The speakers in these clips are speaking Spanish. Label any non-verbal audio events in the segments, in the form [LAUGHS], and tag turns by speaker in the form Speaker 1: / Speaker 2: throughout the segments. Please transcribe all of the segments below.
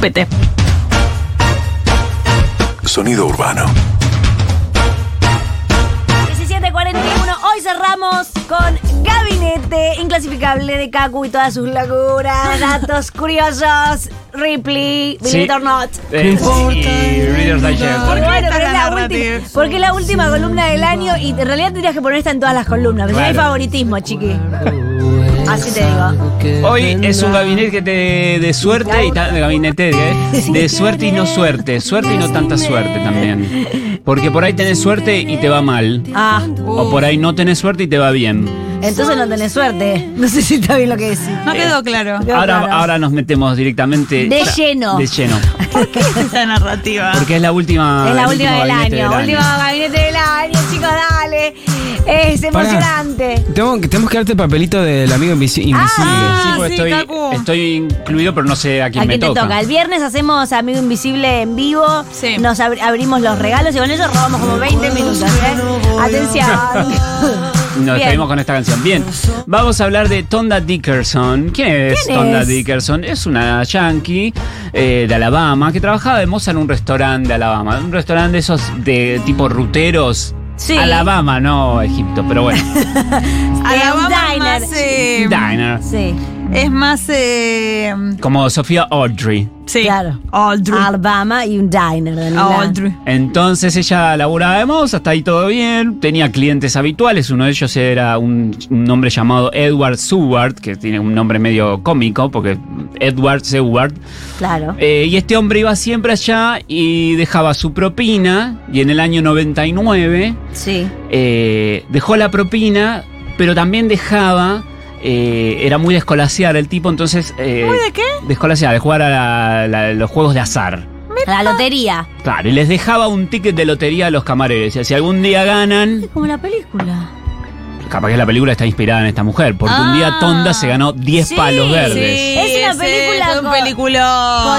Speaker 1: Pete.
Speaker 2: Sonido urbano.
Speaker 1: 1741, hoy cerramos con Gabinete Inclasificable de Kaku y todas sus
Speaker 3: [LAUGHS]
Speaker 1: laguras, datos curiosos, Ripley, Believe
Speaker 4: Sí.
Speaker 1: it or not.
Speaker 4: Eh, y Reader's Digest.
Speaker 1: Porque,
Speaker 3: esta
Speaker 1: bueno, pero es la
Speaker 3: ganarla,
Speaker 1: última,
Speaker 3: tío.
Speaker 1: porque es la última columna del año y en realidad tendrías que poner esta en todas las columnas, pero ya hay
Speaker 4: Claro.
Speaker 1: favoritismo, chiqui. Así te digo.
Speaker 4: Hoy es un gabinete de, de suerte y ta- de gabinete ¿eh? de suerte y no suerte, suerte y no tanta suerte también. Porque por ahí tenés suerte y te va mal.
Speaker 1: Ah,
Speaker 4: O por ahí no tenés suerte y te va bien.
Speaker 1: entonces no tenés suerte. No sé si está bien lo que decís.
Speaker 3: No quedó claro.
Speaker 1: Quedó
Speaker 4: Ahora,
Speaker 1: claro.
Speaker 4: ahora nos metemos directamente
Speaker 1: De
Speaker 4: Ya,
Speaker 1: lleno.
Speaker 4: De lleno.
Speaker 3: [LAUGHS] Esa narrativa.
Speaker 4: Porque es la última.
Speaker 1: Es la
Speaker 4: el
Speaker 1: última
Speaker 4: último
Speaker 1: del
Speaker 4: gabinete
Speaker 1: año, último gabinete del año, chicos, dale. Es
Speaker 5: Pará.
Speaker 1: emocionante.
Speaker 5: Tengo que- tenemos que darte el papelito del amigo invis- invisible.
Speaker 4: Sí,
Speaker 3: Ah,
Speaker 4: porque
Speaker 3: sí, Cacu.
Speaker 4: estoy, estoy incluido, pero no sé a quién
Speaker 1: ¿A
Speaker 4: me
Speaker 1: quién te
Speaker 4: toca.
Speaker 1: toca? El viernes hacemos Amigo Invisible en vivo.
Speaker 3: Sí.
Speaker 1: Nos abri- abrimos los regalos y con eso robamos como 20 minutos. ¿eh? Atención.
Speaker 4: Nos
Speaker 1: Bien.
Speaker 4: despedimos con esta canción. Bien, vamos a hablar de Tonda Dickerson. ¿Quién es
Speaker 1: ¿Quién
Speaker 4: Tonda
Speaker 1: es?
Speaker 4: Dickerson? Es una yankee eh, de Alabama que trabajaba de moza en un restaurante de Alabama. Un restaurante de esos de tipo ruteros.
Speaker 1: Sí.
Speaker 4: Alabama, no Egipto,
Speaker 1: [LAUGHS]
Speaker 4: pero bueno.
Speaker 3: Alabama es
Speaker 1: diner.
Speaker 3: más, eh,
Speaker 4: Diner.
Speaker 1: Sí,
Speaker 3: Es más. eh,
Speaker 4: Como Sofía Audrey.
Speaker 3: sí.
Speaker 1: claro.
Speaker 3: Aldru.
Speaker 1: Alabama y un diner. Daniela.
Speaker 3: Aldru.
Speaker 4: Entonces ella laburaba de moza, hasta ahí todo bien. Tenía clientes habituales. Uno de ellos era un, un hombre llamado Edward Seward, que tiene un nombre medio cómico, porque Edward Seward.
Speaker 1: Claro.
Speaker 4: Eh, y este hombre iba siempre allá y dejaba su propina. Y en el año 99
Speaker 1: Sí.
Speaker 4: eh, dejó la propina, pero también dejaba. eh, era muy descolaciar el tipo, entonces. eh,
Speaker 3: ¿Muy de qué?
Speaker 4: descolaciar, de jugar a la- la- los juegos de azar.
Speaker 1: La lotería.
Speaker 4: Claro, y les dejaba un ticket de lotería a los camareros. Decía, si algún día ganan,
Speaker 1: Es como la película.
Speaker 4: capaz que la película está inspirada en esta mujer, porque un día
Speaker 3: Ah.
Speaker 4: Tonda se ganó 10
Speaker 1: Sí,
Speaker 4: palos verdes.
Speaker 3: Sí,
Speaker 1: Es una
Speaker 3: ese
Speaker 1: película
Speaker 3: fue un
Speaker 1: con-
Speaker 3: peliculón.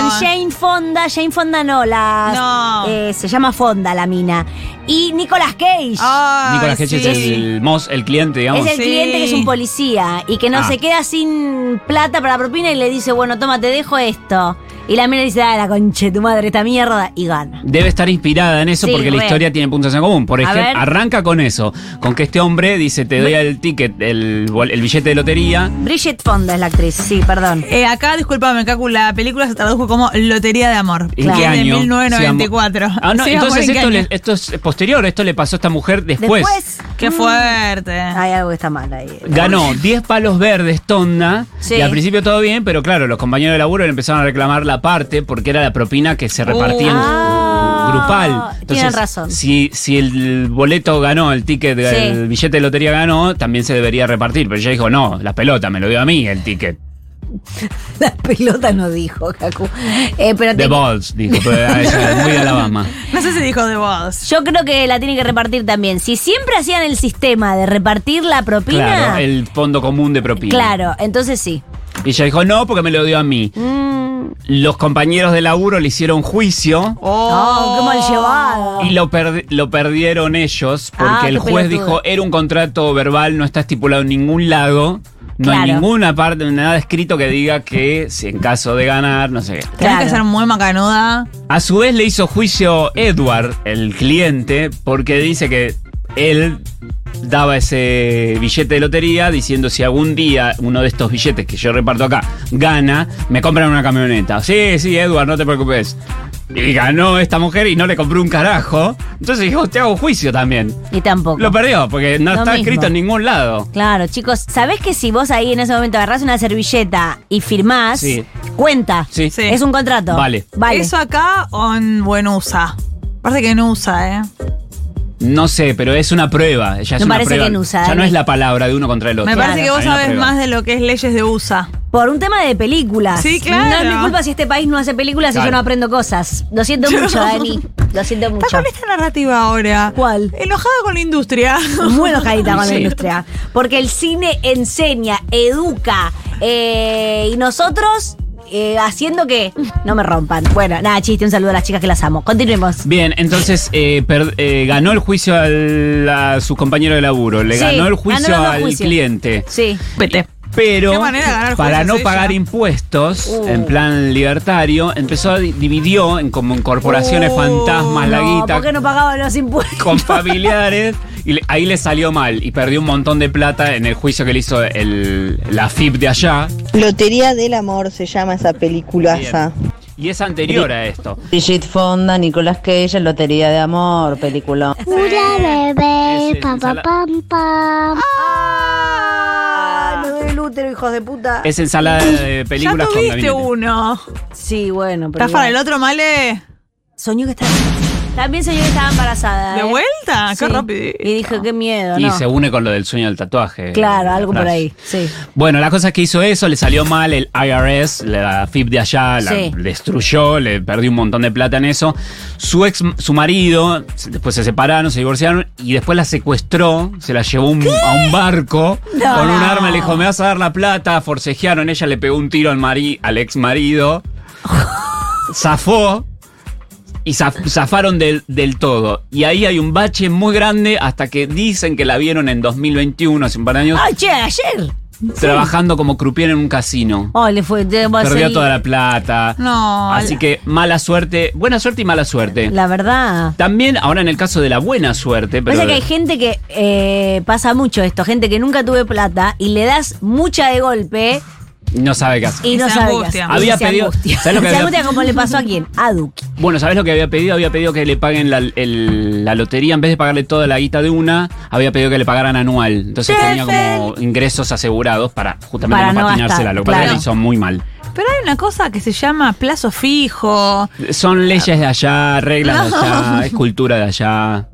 Speaker 1: Con Jane Fonda. Jane Fonda no, la.
Speaker 3: No.
Speaker 1: eh, se llama Fonda la mina. Y Nicolas Cage.
Speaker 3: Ay,
Speaker 4: Nicolás Cage
Speaker 3: sí.
Speaker 4: es el, mos, el cliente, digamos.
Speaker 1: Es el
Speaker 3: Sí.
Speaker 1: cliente que es un policía y que no
Speaker 4: Ah.
Speaker 1: se queda sin plata para la propina y le dice, bueno, toma, te dejo esto. Y la mina dice, ah, la conche, tu madre, esta mierda. Y gana.
Speaker 4: Debe estar inspirada en eso
Speaker 1: Sí,
Speaker 4: porque la
Speaker 1: re.
Speaker 4: historia tiene puntos en común. Por
Speaker 1: A
Speaker 4: ejemplo,
Speaker 1: ver.
Speaker 4: arranca con eso, con que este hombre dice, te doy el ticket, el, bol- el billete de lotería.
Speaker 1: Bridget Fonda es la actriz, sí, perdón.
Speaker 3: Eh, acá, disculpame, Cacu, la película se tradujo como Lotería de Amor.
Speaker 4: ¿En
Speaker 1: Claro.
Speaker 3: Que
Speaker 4: qué
Speaker 3: es de
Speaker 4: año? Se
Speaker 3: 1994.
Speaker 4: llamó- Ah, no,
Speaker 3: Se llamó
Speaker 4: entonces
Speaker 3: ¿en qué
Speaker 4: esto,
Speaker 3: año?
Speaker 4: le- esto es posterior, esto le pasó a esta mujer después.
Speaker 1: Después, mm,
Speaker 3: Qué fuerte.
Speaker 1: hay algo que está mal ahí. [LAUGHS]
Speaker 4: Ganó 10 palos verdes, Tonda.
Speaker 1: Sí.
Speaker 4: Y al principio todo bien, pero claro, los compañeros de laburo le empezaron a reclamar la parte porque era la propina que se repartía en-
Speaker 1: Ah,
Speaker 4: grupal.
Speaker 1: tienen razón.
Speaker 4: Si, si el boleto ganó, el ticket,
Speaker 1: Sí.
Speaker 4: el billete de lotería ganó, también se debería repartir. Pero ella dijo, no, las pelotas, me lo dio a mí el ticket.
Speaker 1: La pelota no dijo, Kaku. Eh, pero
Speaker 4: The
Speaker 1: te-
Speaker 4: balls, dijo. pero
Speaker 1: [LAUGHS]
Speaker 4: a ella, muy de Alabama.
Speaker 3: No sé si dijo de vos.
Speaker 1: yo creo que la tiene que repartir también. Si siempre hacían el sistema de repartir la propina.
Speaker 4: Claro, el fondo común de propina.
Speaker 1: claro, entonces sí.
Speaker 4: Y ella dijo, no, porque me lo dio a mí.
Speaker 1: Mm,
Speaker 4: Los compañeros de laburo le hicieron juicio.
Speaker 1: oh, qué mal llevado.
Speaker 4: Y lo, perdi- lo perdieron ellos porque
Speaker 1: Ah, qué
Speaker 4: el juez
Speaker 1: pelotudo.
Speaker 4: dijo, era un contrato verbal, no está estipulado en ningún lado, no hay
Speaker 1: Claro.
Speaker 4: ninguna parte, nada escrito que diga que si en caso de ganar, no sé qué.
Speaker 3: Tenés
Speaker 1: Claro.
Speaker 3: que ser muy macanuda.
Speaker 4: A su vez le hizo juicio Edward, el cliente, porque dice que él daba ese billete de lotería diciendo si algún día uno de estos billetes que yo reparto acá gana, me compran una camioneta. Sí, sí, Edward, no te preocupes. Y ganó esta mujer y no le compró un carajo. Entonces dijo, te hago juicio también.
Speaker 1: Y tampoco.
Speaker 4: Lo perdió, porque no
Speaker 1: Lo
Speaker 4: está
Speaker 1: mismo.
Speaker 4: escrito en ningún lado.
Speaker 1: Claro, chicos, ¿sabés que si vos ahí en ese momento agarrás una servilleta y firmás,
Speaker 4: Sí.
Speaker 1: cuenta?
Speaker 4: Sí.
Speaker 3: Sí.
Speaker 1: Es un contrato.
Speaker 4: Vale.
Speaker 1: Vale.
Speaker 3: ¿Eso acá o en Buenusa? Parece que no usa, ¿eh?
Speaker 4: No sé, pero es una prueba. Ya es
Speaker 1: Me
Speaker 4: una
Speaker 1: parece
Speaker 4: prueba.
Speaker 1: que no usa,
Speaker 4: Ya no
Speaker 1: dale.
Speaker 4: es la palabra de uno contra el otro.
Speaker 3: Me parece que vos
Speaker 4: Hay una
Speaker 3: sabés
Speaker 4: prueba.
Speaker 3: más de lo que es leyes de USA.
Speaker 1: Por un tema de películas.
Speaker 3: Sí, claro.
Speaker 1: No es mi culpa si este país no hace películas y
Speaker 4: Claro.
Speaker 1: yo no aprendo cosas. Lo siento
Speaker 3: Yo-
Speaker 1: mucho, Dani. Lo siento mucho.
Speaker 3: Está con esta narrativa ahora.
Speaker 1: ¿Cuál?
Speaker 3: Enojada con la [LAUGHS] industria.
Speaker 1: Muy enojadita con la
Speaker 4: Sí.
Speaker 1: industria. Porque el cine enseña, educa. eh, y nosotros eh, haciendo que no me rompan. Bueno, nada, chiste, un saludo a las chicas que las amo. Continuemos.
Speaker 4: Bien, entonces eh, per- eh, ganó el juicio al- a su compañero de laburo, le
Speaker 1: Sí,
Speaker 4: ganó el
Speaker 1: ganó
Speaker 4: juicio
Speaker 1: los dos
Speaker 4: al
Speaker 1: juicios.
Speaker 4: cliente.
Speaker 1: Sí.
Speaker 3: Vete. Qué
Speaker 4: Pero
Speaker 3: manera de ganar juicios
Speaker 4: para no
Speaker 3: ella.
Speaker 4: pagar impuestos,
Speaker 1: Uh.
Speaker 4: en plan libertario, empezó a di- dividió en como en corporaciones
Speaker 3: Uh,
Speaker 4: fantasmas la
Speaker 1: No,
Speaker 4: guita
Speaker 1: ¿Por qué no pagaban los impuestos? [LAUGHS]
Speaker 4: [LAUGHS] con familiares y le- ahí le salió mal y perdió un montón de plata en el juicio que le hizo el- la FIP de allá.
Speaker 2: Lotería del Amor se llama esa peliculaza.
Speaker 4: Bien. Y es anterior a esto.
Speaker 6: Brigitte Fonda, Nicolás Cage, Lotería de Amor, película.
Speaker 7: Pura
Speaker 4: Ese,
Speaker 7: bebé, pa pa
Speaker 4: ensala-
Speaker 7: pam pam.
Speaker 1: Ay, me duele el útero, hijos de puta.
Speaker 4: Es ensalada de
Speaker 3: Ya
Speaker 4: películas con
Speaker 3: tuviste
Speaker 4: gabinete.
Speaker 3: uno.
Speaker 1: Sí, bueno, pero.
Speaker 3: ¿Estás para el
Speaker 1: igual.
Speaker 3: otro, Male?
Speaker 1: Soñó que estaba. También soñó que estaba embarazada.
Speaker 3: ¿De
Speaker 1: ¿eh?
Speaker 3: vuelta? Ah, Qué
Speaker 1: Sí.
Speaker 3: rápido.
Speaker 1: Y dije, qué miedo.
Speaker 4: Y
Speaker 1: no.
Speaker 4: se une con lo del sueño del tatuaje.
Speaker 1: Claro, algo por
Speaker 4: Atrás.
Speaker 1: ahí. Sí.
Speaker 4: Bueno, la cosa es que hizo eso, le salió mal el IRS, la FIP de allá, la
Speaker 1: Sí.
Speaker 4: destruyó, le perdió un montón de plata en eso. Su ex, su marido, se- después se separaron, se divorciaron y después la secuestró, se la llevó un- a un barco
Speaker 1: No.
Speaker 4: con un arma, le dijo, me vas a dar la plata, forcejearon, ella le pegó un tiro al, mari- al
Speaker 1: [LAUGHS]
Speaker 4: ex marido, zafó. Y zaf- zafaron del, del todo. Y ahí hay un bache muy grande hasta que dicen que la vieron en 2021, hace un par de años,
Speaker 1: Ay, che, ayer.
Speaker 4: trabajando como croupier en un casino.
Speaker 1: Ay, le fue. te- Oh, va a
Speaker 4: Perdió
Speaker 1: seguir.
Speaker 4: toda la plata.
Speaker 3: No.
Speaker 4: Así que mala suerte, buena suerte y mala suerte.
Speaker 1: La verdad.
Speaker 4: También, ahora en el caso de la buena suerte, pero.
Speaker 1: Pasa que hay gente que eh, pasa mucho esto, gente que nunca tuve plata y le das mucha de golpe
Speaker 4: No sabe qué hacer.
Speaker 1: y,
Speaker 3: Y
Speaker 1: no
Speaker 3: se
Speaker 1: sabe qué
Speaker 3: angustia.
Speaker 1: hacer. Y
Speaker 4: Había
Speaker 1: se
Speaker 4: pedido-
Speaker 1: angustia.
Speaker 4: ¿sabes lo
Speaker 1: [LAUGHS]
Speaker 4: que
Speaker 1: se
Speaker 4: había-
Speaker 1: angustia como le pasó a quién? A Duki.
Speaker 4: Bueno, ¿sabés lo que había pedido? Había pedido que le paguen la, el- la lotería, en vez de pagarle toda la guita de una, había pedido que le pagaran anual. Entonces tenía como ingresos asegurados para justamente
Speaker 1: Para
Speaker 4: no
Speaker 1: no
Speaker 4: patinársela,
Speaker 1: gastar,
Speaker 4: lo cual
Speaker 3: claro.
Speaker 4: le hizo muy mal.
Speaker 3: Pero hay una cosa que se llama plazo fijo.
Speaker 4: Son leyes de
Speaker 1: [LAUGHS]
Speaker 4: allá, reglas de allá, es cultura de allá.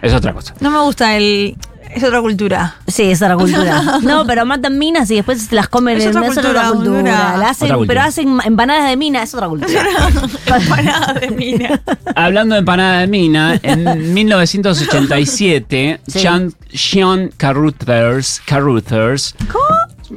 Speaker 4: Es otra cosa.
Speaker 3: No me gusta el. Es otra [LAUGHS] cultura.
Speaker 1: Sí, es otra
Speaker 3: [LAUGHS]
Speaker 1: cultura. No, pero matan minas y después se las comen.
Speaker 3: Es
Speaker 1: en-
Speaker 3: otra
Speaker 1: es
Speaker 3: cultura, boluda.
Speaker 1: La hacen-
Speaker 4: Otra cultura.
Speaker 1: Pero hacen empanadas de mina, es
Speaker 3: [LAUGHS]
Speaker 1: otra cultura.
Speaker 3: Empanada Ah, de mina.
Speaker 4: Hablando de empanada de mina,
Speaker 1: [LAUGHS]
Speaker 4: en 1987,
Speaker 1: Sí.
Speaker 4: John, Sean Carruthers, Carruthers,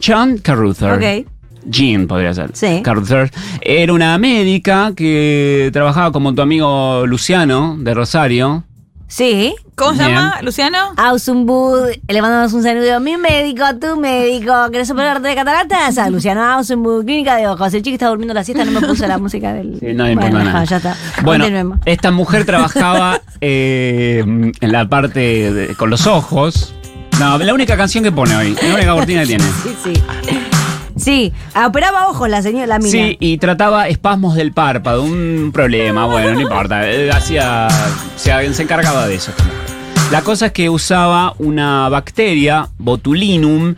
Speaker 4: John Carruther,
Speaker 1: Ok.
Speaker 4: Jean podría ser,
Speaker 1: Sí.
Speaker 4: Carruthers, era una médica que trabajaba como tu amigo Luciano de Rosario.
Speaker 1: Sí.
Speaker 3: ¿Cómo se
Speaker 4: Bien.
Speaker 3: llama, Luciano?
Speaker 1: Ausenbud, le mandamos un saludo. Mi médico, tu médico. ¿Querés operarte de cataratas? A Luciano Ausenbud, clínica de ojos. El chico está durmiendo la siesta, no me puso la música del.
Speaker 4: Sí, no le importa
Speaker 1: Bueno,
Speaker 4: nada.
Speaker 1: no, ya está.
Speaker 4: Bueno,
Speaker 1: Continuemos.
Speaker 4: esta
Speaker 1: [LAUGHS]
Speaker 4: mujer trabajaba eh, en la parte de- con los ojos. No, la única canción que pone hoy, la única cortina que tiene.
Speaker 1: Sí, sí. Sí, ah, operaba ojos la señora, la mina.
Speaker 4: Sí, y trataba espasmos del párpado, un problema, bueno, no importa. eh, Hacía, se, se encargaba de eso. esta mujer. La cosa es que usaba una bacteria, botulinum,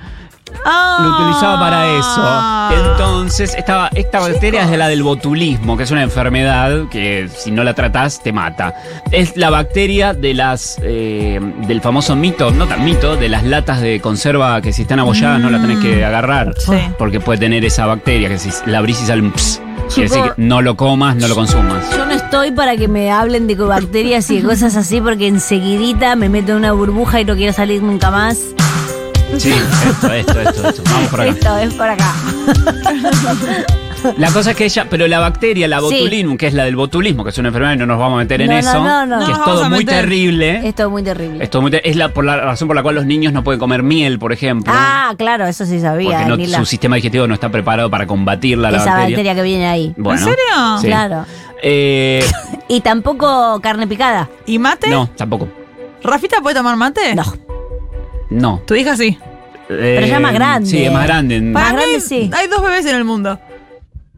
Speaker 3: Ah.
Speaker 4: lo utilizaba para eso. Entonces, estaba, esta bacteria es de la del botulismo, que es una enfermedad que si no la tratás te mata. Es la bacteria de las eh, del famoso mito, no tan mito, de las latas de conserva que si están abolladas no la tenés que agarrar.
Speaker 3: Sí.
Speaker 4: Porque puede tener esa bacteria que si la abrís y sale un ps. Quiere
Speaker 1: Tipo-
Speaker 4: decir que no lo comas, no lo consumas.
Speaker 1: Yo no estoy para que me hablen de bacterias y de cosas así porque enseguidita me meto en una burbuja y no quiero salir nunca más.
Speaker 4: Sí, esto, esto, esto, esto. Vamos por acá.
Speaker 1: Esto es por acá.
Speaker 4: La cosa es que ella, pero la bacteria, la
Speaker 1: Sí.
Speaker 4: botulinum, que es la del botulismo, que es una enfermedad y no nos vamos a meter en
Speaker 1: No, no,
Speaker 4: eso,
Speaker 1: no, no. No
Speaker 4: que
Speaker 3: nos
Speaker 4: es
Speaker 3: vamos
Speaker 4: todo
Speaker 3: a
Speaker 4: muy
Speaker 3: meter.
Speaker 4: terrible.
Speaker 1: Esto es muy terrible.
Speaker 4: Esto es muy ter- es la, por la razón por la cual los niños no pueden comer miel, por ejemplo.
Speaker 1: Ah, claro, eso sí sabía.
Speaker 4: porque no-
Speaker 1: ni la-
Speaker 4: su sistema digestivo no está preparado para combatirla la
Speaker 1: esa bacteria.
Speaker 4: bacteria.
Speaker 1: que viene ahí.
Speaker 4: Bueno,
Speaker 3: ¿En serio?
Speaker 4: sí.
Speaker 1: Claro. [LAUGHS]
Speaker 4: Eh,
Speaker 1: Y tampoco carne picada.
Speaker 3: ¿Y mate?
Speaker 4: no, tampoco.
Speaker 3: ¿Rafita puede tomar mate?
Speaker 1: No.
Speaker 4: No.
Speaker 3: Tu hija sí.
Speaker 4: Pero
Speaker 1: ya es más grande.
Speaker 4: Sí, es más grande.
Speaker 3: Para
Speaker 1: Más grande,
Speaker 3: mí,
Speaker 1: sí.
Speaker 3: Hay dos bebés en el mundo.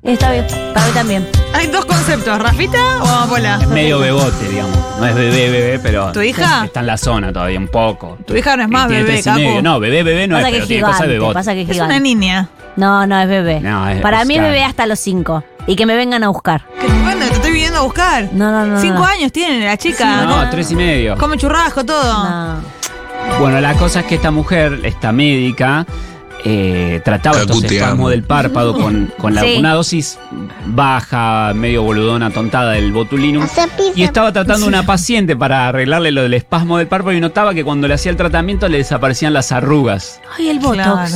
Speaker 1: Está bien. Para mí también.
Speaker 3: Hay dos conceptos, Rafita o Amapola.
Speaker 4: Es medio bebote, digamos. No es bebé, bebé, pero.
Speaker 3: ¿Tu hija?
Speaker 4: Está en la zona todavía, un poco.
Speaker 3: Tu hija no es más
Speaker 4: Tiene
Speaker 3: bebé,
Speaker 4: tres y medio.
Speaker 3: Cacu.
Speaker 4: No, bebé, bebé no
Speaker 1: pasa,
Speaker 4: es,
Speaker 1: que
Speaker 4: pero
Speaker 1: es
Speaker 4: tiene cosa de
Speaker 1: gigante,
Speaker 4: bebote.
Speaker 1: pasa que es
Speaker 3: Es
Speaker 1: gigante.
Speaker 3: una niña.
Speaker 1: No, no es bebé.
Speaker 4: No, es-
Speaker 1: Para
Speaker 4: es
Speaker 1: mí es
Speaker 4: grande.
Speaker 1: bebé hasta los 5. Y que me vengan a buscar.
Speaker 3: Que te cuento, te estoy viniendo a buscar.
Speaker 1: No, no, no.
Speaker 3: Cinco
Speaker 1: no.
Speaker 3: años tiene la chica.
Speaker 4: No, tres y medio.
Speaker 3: Come churrasco, todo.
Speaker 1: No.
Speaker 4: Bueno, la cosa es que esta mujer, esta médica, eh, trataba estos
Speaker 7: Cacuteando.
Speaker 4: espasmos del párpado con, con la-
Speaker 1: Sí.
Speaker 4: una dosis baja, medio boludona, tontada del botulinum. Y estaba tratando una paciente para arreglarle lo del espasmo del párpado y notaba que cuando le hacía el tratamiento le desaparecían las arrugas.
Speaker 1: Ay, el botox.
Speaker 3: Claro.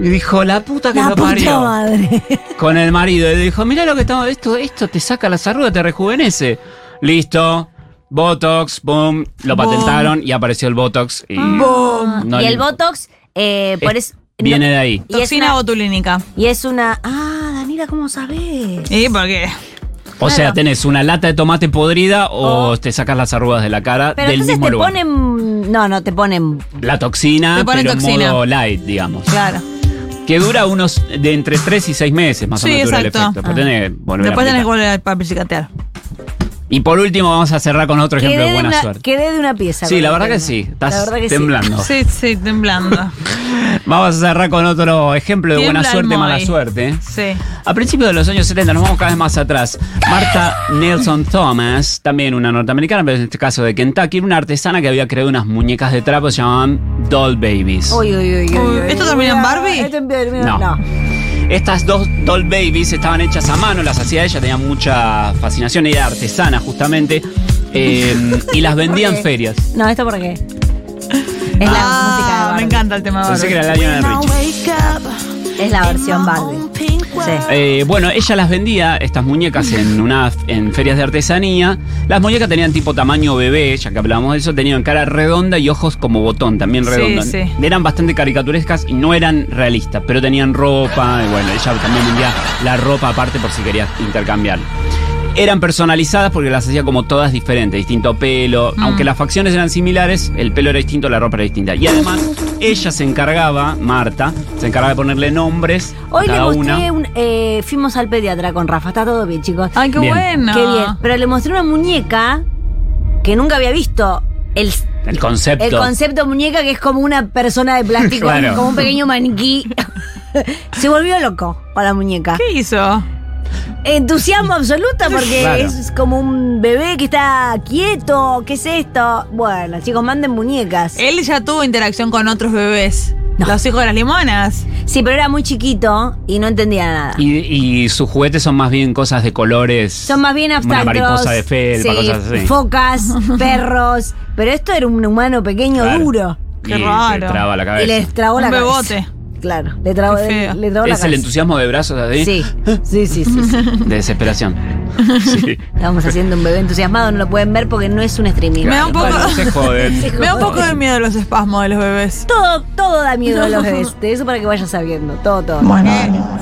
Speaker 4: Y dijo, la puta que
Speaker 1: La
Speaker 4: lo
Speaker 1: puta
Speaker 4: parió.
Speaker 1: madre.
Speaker 4: Con el marido. Y le dijo, mirá lo que estamos. Esto, esto te saca las arrugas, te rejuvenece. Listo. Botox, boom. Lo
Speaker 3: Boom.
Speaker 4: patentaron y apareció el Botox. Y
Speaker 3: Boom.
Speaker 4: no
Speaker 1: Ah, y
Speaker 4: le-
Speaker 1: el botox, eh, por
Speaker 4: Es-
Speaker 1: eso.
Speaker 4: Viene de ahí.
Speaker 1: y, es
Speaker 3: Toxina
Speaker 1: una,
Speaker 3: botulínica.
Speaker 1: y es una. Ah, Danila, ¿cómo sabés?
Speaker 3: ¿Y por qué?
Speaker 4: O sea, tenés una lata de tomate podrida o
Speaker 1: O-
Speaker 4: te sacas las arrugas de la cara
Speaker 1: Pero
Speaker 4: del
Speaker 1: entonces
Speaker 4: mismo
Speaker 1: te
Speaker 4: lugar.
Speaker 1: ponen. No, no, te ponen.
Speaker 4: La toxina,
Speaker 3: Te ponen
Speaker 4: pero en
Speaker 3: toxina.
Speaker 4: modo light, digamos.
Speaker 3: Claro.
Speaker 4: Que dura unos de entre 3 y 6 meses, más o
Speaker 3: Sí,
Speaker 4: menos dura el
Speaker 3: exacto.
Speaker 4: efecto. Pero tenés que volver a
Speaker 3: Después tenés
Speaker 4: aplicar.
Speaker 3: que volver al papel psicatear.
Speaker 4: Y por último vamos a cerrar con otro ejemplo
Speaker 1: Quedé
Speaker 4: de
Speaker 1: de,
Speaker 4: buena
Speaker 1: una,
Speaker 4: suerte.
Speaker 1: quedé de una pieza.
Speaker 4: Sí,
Speaker 1: con
Speaker 4: la
Speaker 1: el
Speaker 4: verdad que
Speaker 1: tema.
Speaker 4: sí.
Speaker 1: La
Speaker 4: Estás
Speaker 1: verdad que sí.
Speaker 4: temblando.
Speaker 3: Sí, sí, temblando.
Speaker 4: Vamos a cerrar con otro ejemplo de
Speaker 3: Tiembla
Speaker 4: buena
Speaker 3: el
Speaker 4: suerte, mala
Speaker 3: Moy.
Speaker 4: suerte.
Speaker 3: Sí.
Speaker 4: A principios de los años 70, nos vamos cada vez más atrás. Martha Nelson Thomas, también una norteamericana, pero en este caso de Kentucky, era una artesana que había creado unas muñecas de trapo que se llamaban Doll Babies.
Speaker 1: Uy, uy, uy, uy,
Speaker 3: Uy,
Speaker 1: uy,
Speaker 3: ¿esto
Speaker 1: uy,
Speaker 3: termina en
Speaker 1: uy,
Speaker 3: Barbie?
Speaker 1: esto termina-
Speaker 4: No.
Speaker 1: no.
Speaker 4: Estas dos doll babies estaban hechas a mano, las hacía ella, tenía mucha fascinación, era artesana justamente, eh, y las vendía en
Speaker 1: Ok.
Speaker 4: ferias.
Speaker 1: No, ¿esto por qué? Es la música de
Speaker 3: Ah,
Speaker 1: Barbie.
Speaker 3: me encanta el tema de
Speaker 4: Pensé que
Speaker 3: Barbie.
Speaker 4: era Lionel Richie.
Speaker 1: Es la versión Barbie. Sí.
Speaker 4: Eh, bueno, ella las vendía, estas muñecas, en, una, en ferias de artesanía. Las muñecas tenían tipo tamaño bebé, ya que hablábamos de eso, tenían cara redonda y ojos como botón, también
Speaker 3: Sí,
Speaker 4: redondos.
Speaker 3: sí.
Speaker 4: Eran bastante caricaturescas y no eran realistas, pero tenían ropa, y bueno, ella también vendía la ropa aparte por si querías intercambiar. Eran personalizadas porque las hacía como todas diferentes, distinto pelo.
Speaker 1: Mm.
Speaker 4: Aunque las facciones eran similares, el pelo era distinto, la ropa era distinta. Y además, ella se encargaba, Marta, se encargaba de ponerle nombres a
Speaker 1: Hoy le
Speaker 4: cada una.
Speaker 1: mostré un. eh, fuimos al pediatra con Rafa. Está todo bien, chicos.
Speaker 3: Ay, qué
Speaker 4: Bien.
Speaker 3: bueno.
Speaker 1: Qué bien. Pero le mostré una muñeca que nunca había visto. El,
Speaker 4: El concepto.
Speaker 1: el concepto muñeca que es como una persona de plástico,
Speaker 4: [LAUGHS] Claro.
Speaker 1: como un pequeño maniquí. [LAUGHS] Se volvió loco con la muñeca.
Speaker 3: ¿Qué hizo?
Speaker 1: Entusiasmo absoluto porque
Speaker 4: Claro.
Speaker 1: es como un bebé que está quieto. ¿Qué es esto? Bueno, chicos, manden muñecas.
Speaker 3: Él ya tuvo interacción con otros bebés.
Speaker 1: No.
Speaker 3: Los hijos de las limonas.
Speaker 1: Sí, pero era muy chiquito y no entendía nada.
Speaker 4: Y, y sus juguetes son más bien cosas de colores.
Speaker 1: Son más bien abstractos.
Speaker 4: Una mariposa de felpa,
Speaker 1: Sí,
Speaker 4: cosas
Speaker 3: [LAUGHS]
Speaker 4: así.
Speaker 1: Focas, perros. Pero esto era un humano pequeño,
Speaker 4: Claro.
Speaker 1: duro.
Speaker 4: Y
Speaker 3: Qué
Speaker 4: se
Speaker 3: raro.
Speaker 4: traba la
Speaker 1: Y
Speaker 4: cabeza.
Speaker 1: les trabó
Speaker 3: Un
Speaker 1: la cabeza.
Speaker 3: bebote.
Speaker 1: Claro, le trabó,
Speaker 3: Qué feo.
Speaker 1: le trabó la
Speaker 4: Es
Speaker 1: cabeza.
Speaker 4: el entusiasmo ¿eh? de brazos así.
Speaker 1: Sí, sí, sí, sí. sí.
Speaker 4: [LAUGHS] De
Speaker 1: [LAUGHS]
Speaker 4: desesperación. Sí.
Speaker 1: Estamos haciendo un bebé entusiasmado, no lo pueden ver porque no es un streaming.
Speaker 3: Me da un poco-
Speaker 4: Bueno,
Speaker 1: [LAUGHS]
Speaker 4: consejo de-
Speaker 3: Me da un poco de miedo los espasmos de los bebés.
Speaker 1: Todo, todo da miedo a los bebés. De eso para que vayas sabiendo. Todo, todo.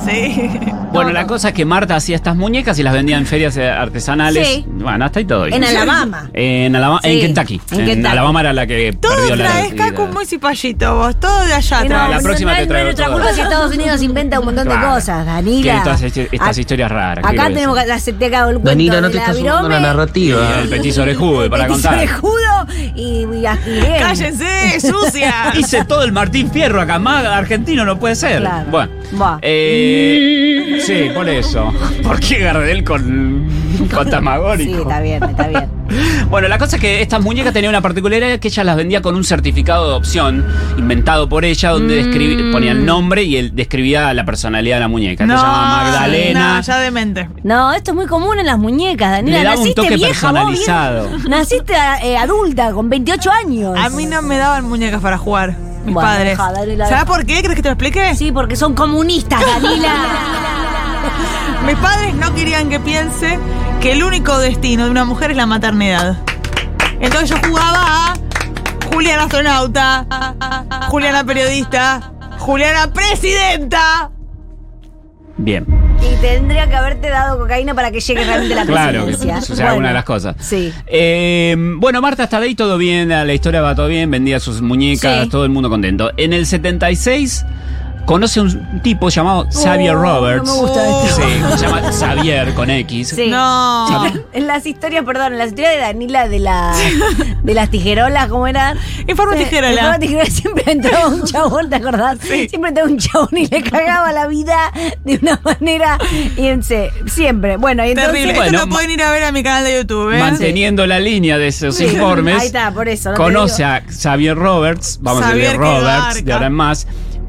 Speaker 3: Sí.
Speaker 4: Bueno, la cosa es que Marta hacía estas muñecas y las vendía en ferias eh, artesanales.
Speaker 1: Sí.
Speaker 4: Bueno, hasta ahí todo. bien.
Speaker 1: En Alabama.
Speaker 4: En, Alabama,
Speaker 1: Sí,
Speaker 4: en Kentucky.
Speaker 1: en
Speaker 4: En,
Speaker 1: Kentucky.
Speaker 4: Alabama era la que
Speaker 3: Todo
Speaker 4: perdió la
Speaker 3: traes
Speaker 4: vida.
Speaker 3: caco muy cipallito vos. Todo de allá
Speaker 1: Y
Speaker 4: la
Speaker 3: traes.
Speaker 1: no,
Speaker 4: próxima
Speaker 1: no
Speaker 4: te
Speaker 1: es- no es
Speaker 4: traigo
Speaker 1: nuestra
Speaker 4: todo.
Speaker 1: culpa si Estados Unidos inventa un montón de
Speaker 4: Claro.
Speaker 1: cosas,
Speaker 4: Tiene
Speaker 1: Danila.
Speaker 4: todas estas- estas
Speaker 1: Ac-
Speaker 4: historias raras. ¿qué
Speaker 1: Acá
Speaker 4: le voy a
Speaker 1: tenemos que
Speaker 4: decir?
Speaker 1: hacer- te acabo el cuento
Speaker 8: Danila, no
Speaker 1: de
Speaker 8: te
Speaker 1: la
Speaker 8: estás sumando a la
Speaker 1: virome.
Speaker 8: narrativa.
Speaker 4: El petiso orejudo para
Speaker 1: Petiso
Speaker 4: contar.
Speaker 1: orejudo y, y a- y bien. [LAUGHS]
Speaker 3: ¡Cállense,
Speaker 4: [LAUGHS]
Speaker 3: sucia!
Speaker 4: Hice todo el Martín Fierro acá, más argentino no puede ser.
Speaker 1: Claro.
Speaker 4: Bueno.
Speaker 1: Va.
Speaker 4: Eh, sí,
Speaker 1: [LAUGHS]
Speaker 4: por eso. ¿Por qué Gardel con, con
Speaker 1: Sí,
Speaker 4: Tamagónico?
Speaker 1: está bien, está bien.
Speaker 4: Bueno, la cosa es que estas muñecas tenían una particularidad que ella las vendía con un certificado de opción inventado por ella, donde
Speaker 1: Mm.
Speaker 4: describi- ponía el nombre y él describía la personalidad de la muñeca. Se llamaba Magdalena.
Speaker 3: No, ya demente.
Speaker 1: No, esto es muy común en las muñecas, Daniela.
Speaker 4: Le daba un
Speaker 1: Naciste
Speaker 4: toque
Speaker 1: vieja, vos, bien-
Speaker 4: personalizado.
Speaker 1: Naciste eh, adulta, con 28 años.
Speaker 3: A mí no me daban muñecas para jugar, mis
Speaker 1: Bueno,
Speaker 3: padres.
Speaker 1: deja, Daniela.
Speaker 3: ¿Sabes por qué? ¿Crees que te lo explique?
Speaker 1: Sí, porque son comunistas, Danila.
Speaker 3: Mis padres no querían que piense que el único destino de una mujer es la maternidad. Entonces yo jugaba a Juliana astronauta, Juliana periodista, Juliana presidenta.
Speaker 4: Bien.
Speaker 1: [LAUGHS] y tendría que haberte dado cocaína para que llegue realmente la
Speaker 4: Claro, que
Speaker 1: presidencia.
Speaker 4: suceda alguna de las cosas.
Speaker 1: Sí.
Speaker 4: Eh, bueno, Marta, hasta ahí todo bien, Ah, la la historia va todo bien, vendía sus muñecas,
Speaker 1: Sí.
Speaker 4: todo el mundo contento. En el 76 conoce un tipo llamado Xavier
Speaker 1: Oh,
Speaker 4: Roberts.
Speaker 1: No me gusta
Speaker 3: Oh.
Speaker 1: esto.
Speaker 4: Sí, se llama Xavier con X.
Speaker 1: Sí.
Speaker 3: No.
Speaker 1: En las historias, perdón, en las historias de Danila de, [LAUGHS] la, de las tijerolas, ¿cómo era?
Speaker 3: Informe
Speaker 1: Sí,
Speaker 3: tijerola.
Speaker 1: Informe tijerola siempre entraba [LAUGHS] un chabón, ¿te acordás? Siempre entraba un chabón y le cagaba la vida de una manera. Y en se- siempre. Bueno, y entonces.
Speaker 3: Terrible.
Speaker 4: bueno,
Speaker 3: Esto lo
Speaker 4: ma-
Speaker 3: pueden ir a ver a mi canal de YouTube, ¿eh?
Speaker 4: Manteniendo la línea de esos
Speaker 1: Sí.
Speaker 4: informes,
Speaker 1: Ahí está, por eso, no te
Speaker 4: conoce
Speaker 1: digo.
Speaker 4: a Xavier Roberts, vamos a
Speaker 3: Xavier
Speaker 4: decirle
Speaker 3: que
Speaker 4: Roberts
Speaker 3: garca.
Speaker 4: de ahora en más,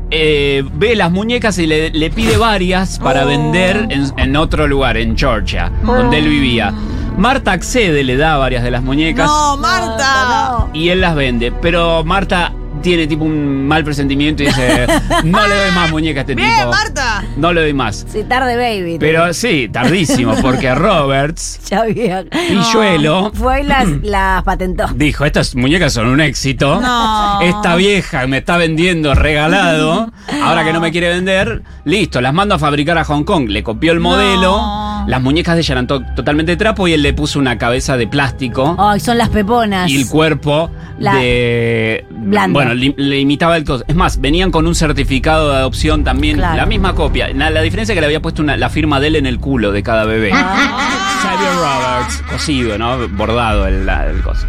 Speaker 4: eh, ve las muñecas y le, le pide varias para
Speaker 3: Oh.
Speaker 4: vender en, en otro lugar, en Georgia, donde él vivía. Marta accede, le da varias de las muñecas
Speaker 3: No, Marta.
Speaker 1: No, no.
Speaker 4: y él las vende. Pero Marta tiene tipo un mal presentimiento y dice, [LAUGHS] no le doy más muñecas a este
Speaker 3: Bien,
Speaker 4: tipo.
Speaker 3: Marta.
Speaker 4: No le doy más.
Speaker 1: Sí, tarde, baby.
Speaker 4: Pero sí, tardísimo,
Speaker 3: [LAUGHS]
Speaker 4: porque Roberts,
Speaker 1: Ya había-
Speaker 4: pilluelo,
Speaker 1: Fue y
Speaker 4: [CLEARS THROAT]
Speaker 1: las, las patentó.
Speaker 4: dijo, estas muñecas son un éxito.
Speaker 3: No.
Speaker 4: Esta vieja me está vendiendo regalado. Ahora que no me quiere vender, listo, las mando a fabricar a Hong Kong. Le copió el modelo.
Speaker 3: No.
Speaker 4: Las muñecas de ella eran to- totalmente trapo y él le puso una cabeza de plástico
Speaker 1: Ay, son las peponas.
Speaker 4: y el cuerpo
Speaker 1: La-
Speaker 4: de.
Speaker 1: Blanda.
Speaker 4: Bueno, li- le imitaba el coso. Es más, venían con un certificado de adopción también,
Speaker 1: Claro.
Speaker 4: la misma copia. Na- La, diferencia es que le había puesto una- la firma de él en el culo de cada bebé.
Speaker 1: Ah.
Speaker 4: Xavier Roberts, cosido, ¿no? Bordado el, la- el coso.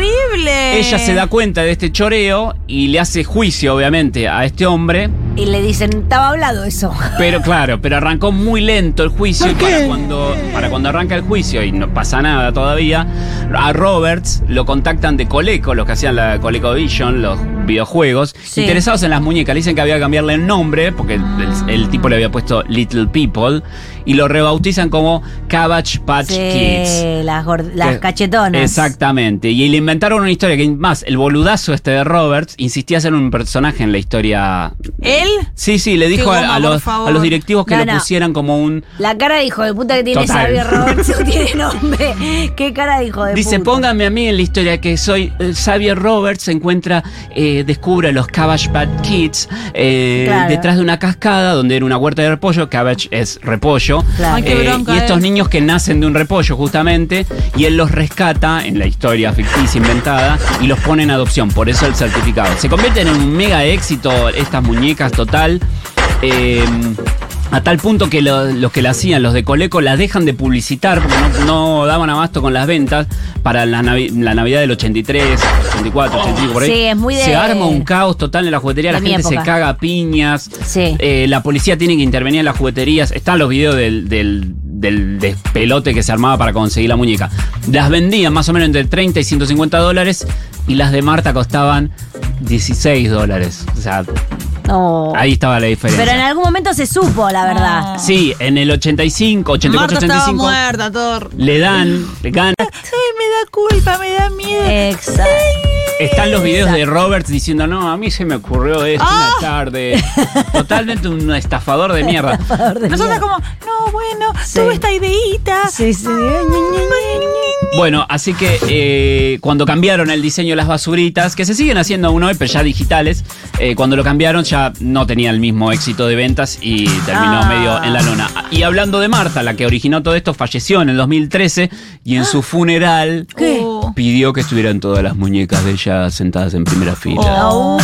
Speaker 3: Terrible.
Speaker 4: Ella se
Speaker 1: Eh.
Speaker 4: da cuenta de este choreo y le hace juicio, obviamente, a este hombre.
Speaker 1: Y le dicen, estaba hablado eso.
Speaker 4: Pero claro, pero arrancó muy lento el juicio y para cuando, para cuando arranca el juicio y no pasa nada todavía, a Roberts lo contactan de Coleco, los que hacían la ColecoVision, los videojuegos,
Speaker 1: Sí.
Speaker 4: interesados en las muñecas. Le dicen que había que cambiarle el nombre porque el, el tipo le había puesto Little People y lo rebautizan como Cabbage Patch Ah, Kids. Eh,
Speaker 1: Sí, las, gor- las
Speaker 4: Que-
Speaker 1: cachetonas.
Speaker 4: Exactamente. Y le inventaron una historia que más, el boludazo este de Roberts insistía en ser un personaje en la historia.
Speaker 3: ¿Él?
Speaker 4: Sí, sí, le dijo
Speaker 3: Qué
Speaker 4: a-
Speaker 3: goma,
Speaker 4: a,
Speaker 3: por
Speaker 4: los,
Speaker 3: favor.
Speaker 4: a los directivos que
Speaker 1: No,
Speaker 4: lo
Speaker 1: no.
Speaker 4: pusieran como un.
Speaker 1: La cara de hijo de puta que tiene
Speaker 4: Total.
Speaker 1: Xavier Roberts
Speaker 4: [LAUGHS]
Speaker 1: no tiene nombre. ¿Qué cara de hijo de
Speaker 4: Dice,
Speaker 1: puta?
Speaker 4: póngame a mí en la historia que soy eh, Xavier Roberts, se encuentra, eh, descubre a los Cabbage Patch Kids eh,
Speaker 1: Claro.
Speaker 4: detrás de una cascada donde era una huerta de repollo, Cabbage es repollo, eh,
Speaker 1: Claro.
Speaker 3: Ay, qué bronca
Speaker 4: y estos
Speaker 3: es.
Speaker 4: niños que nacen de un repollo justamente, y él los rescata en la historia ficticia inventada y los pone en adopción, por eso el certificado. Se convierten en un mega éxito estas muñecas total. eh, a tal punto que lo- los que la hacían, los de Coleco, las dejan de publicitar porque no, no daban abasto con las ventas para la, navi- la Navidad del 83, 84, 85, por ahí.
Speaker 1: Sí, es muy de-
Speaker 4: Se arma un caos total en la juguetería,
Speaker 1: de
Speaker 4: la
Speaker 1: mi
Speaker 4: gente se
Speaker 1: época.
Speaker 4: caga a piñas.
Speaker 1: Sí.
Speaker 4: Eh, la policía tiene que intervenir en las jugueterías. Están los videos del, del, del despelote que se armaba para conseguir la muñeca. Las vendían más o menos entre 30 y 150 dólares y las de Marta costaban 16 dólares. O sea,
Speaker 1: No.
Speaker 4: Eh, ahí estaba la diferencia.
Speaker 1: Oh. Pero en algún momento se supo, la verdad.
Speaker 4: Sí, en el 85, 84,
Speaker 3: Marta estaba
Speaker 4: 85
Speaker 3: muerta, todo.
Speaker 4: le dan,
Speaker 3: [LAUGHS]
Speaker 4: le ganan.
Speaker 3: Ay, me da culpa, me da miedo.
Speaker 4: Eh,
Speaker 1: Exacto.
Speaker 4: Están los videos de Roberts diciendo, no, a mí se me ocurrió esto
Speaker 3: Ah.
Speaker 4: una tarde. Totalmente un estafador de mierda.
Speaker 3: [LAUGHS] Nosotros como, no, bueno,
Speaker 1: Sí.
Speaker 3: tuve esta ideita.
Speaker 1: Sí, sí.
Speaker 4: Bueno, así que eh, cuando cambiaron el diseño de las basuritas, que se siguen haciendo aún hoy, pero ya digitales, eh, cuando lo cambiaron ya no tenía el mismo éxito de ventas y terminó
Speaker 3: Ah.
Speaker 4: medio en la lona. Y hablando de Marta, la que originó todo esto, falleció en el 2013 y en su funeral
Speaker 1: ¿Qué?
Speaker 3: Oh.
Speaker 4: pidió que estuvieran todas las muñecas de ella sentadas en primera fila.
Speaker 1: Oh,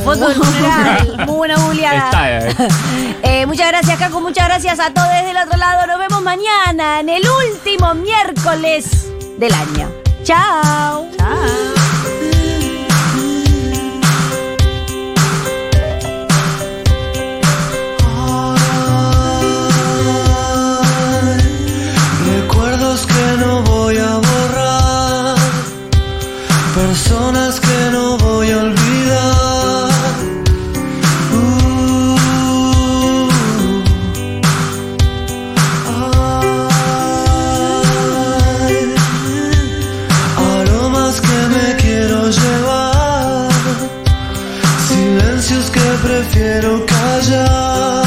Speaker 4: [LAUGHS]
Speaker 1: foto del funeral. Muy buena googleada.
Speaker 4: Está, eh.
Speaker 1: Eh, muchas gracias, Caco. Muchas gracias a todos del otro lado. Nos vemos mañana en el último miércoles del año. Chao. Chao.
Speaker 7: Recuerdos que no voy a borrar, personas que no voy a olvidar. Uh, ay, aromas que me quiero llevar, silencios que prefiero callar.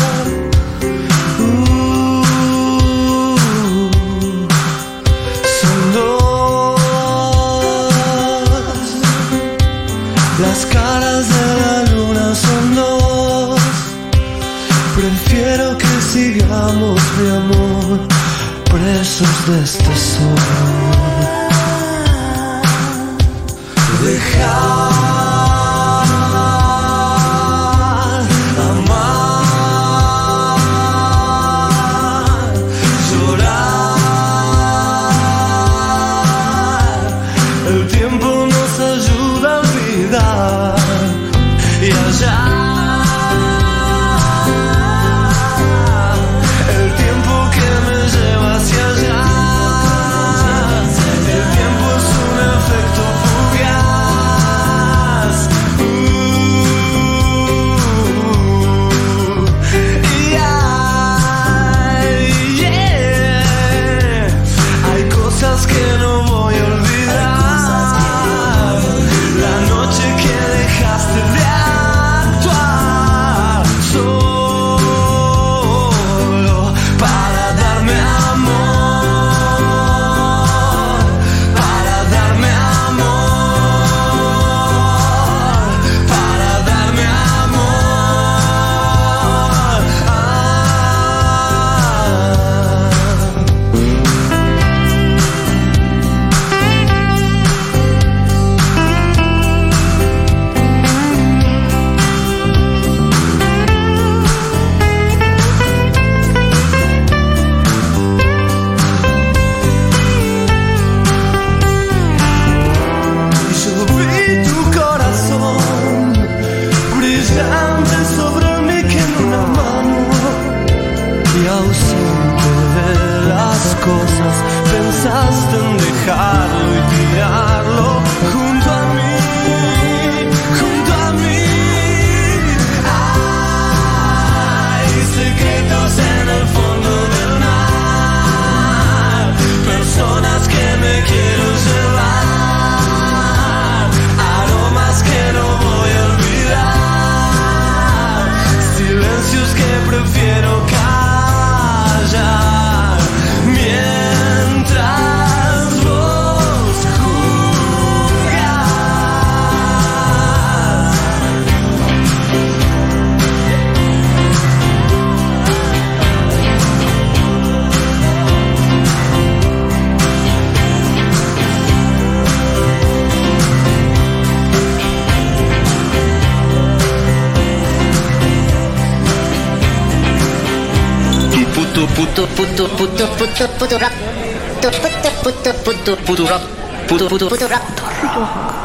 Speaker 7: Son dos Las caras de la luna son dos Prefiero que sigamos mi amor Presos de este sol Dejar amar llorar. El tiempo nos ayuda a olvidar y allá. El tiempo que me lleva hacia allá. El tiempo es un efecto fugaz. Uh, cosas, pensaste en dejarlo y tirarlo junto a mí, junto a mí. Hay secretos en el fondo del mar, personas que me quiero llevar, aromas que no voy a olvidar, silencios que prefiero callar. Mientras vos jugás.
Speaker 8: puto puto puto puto puto puto rap puto puto puto puto puto rap puto puto puto rap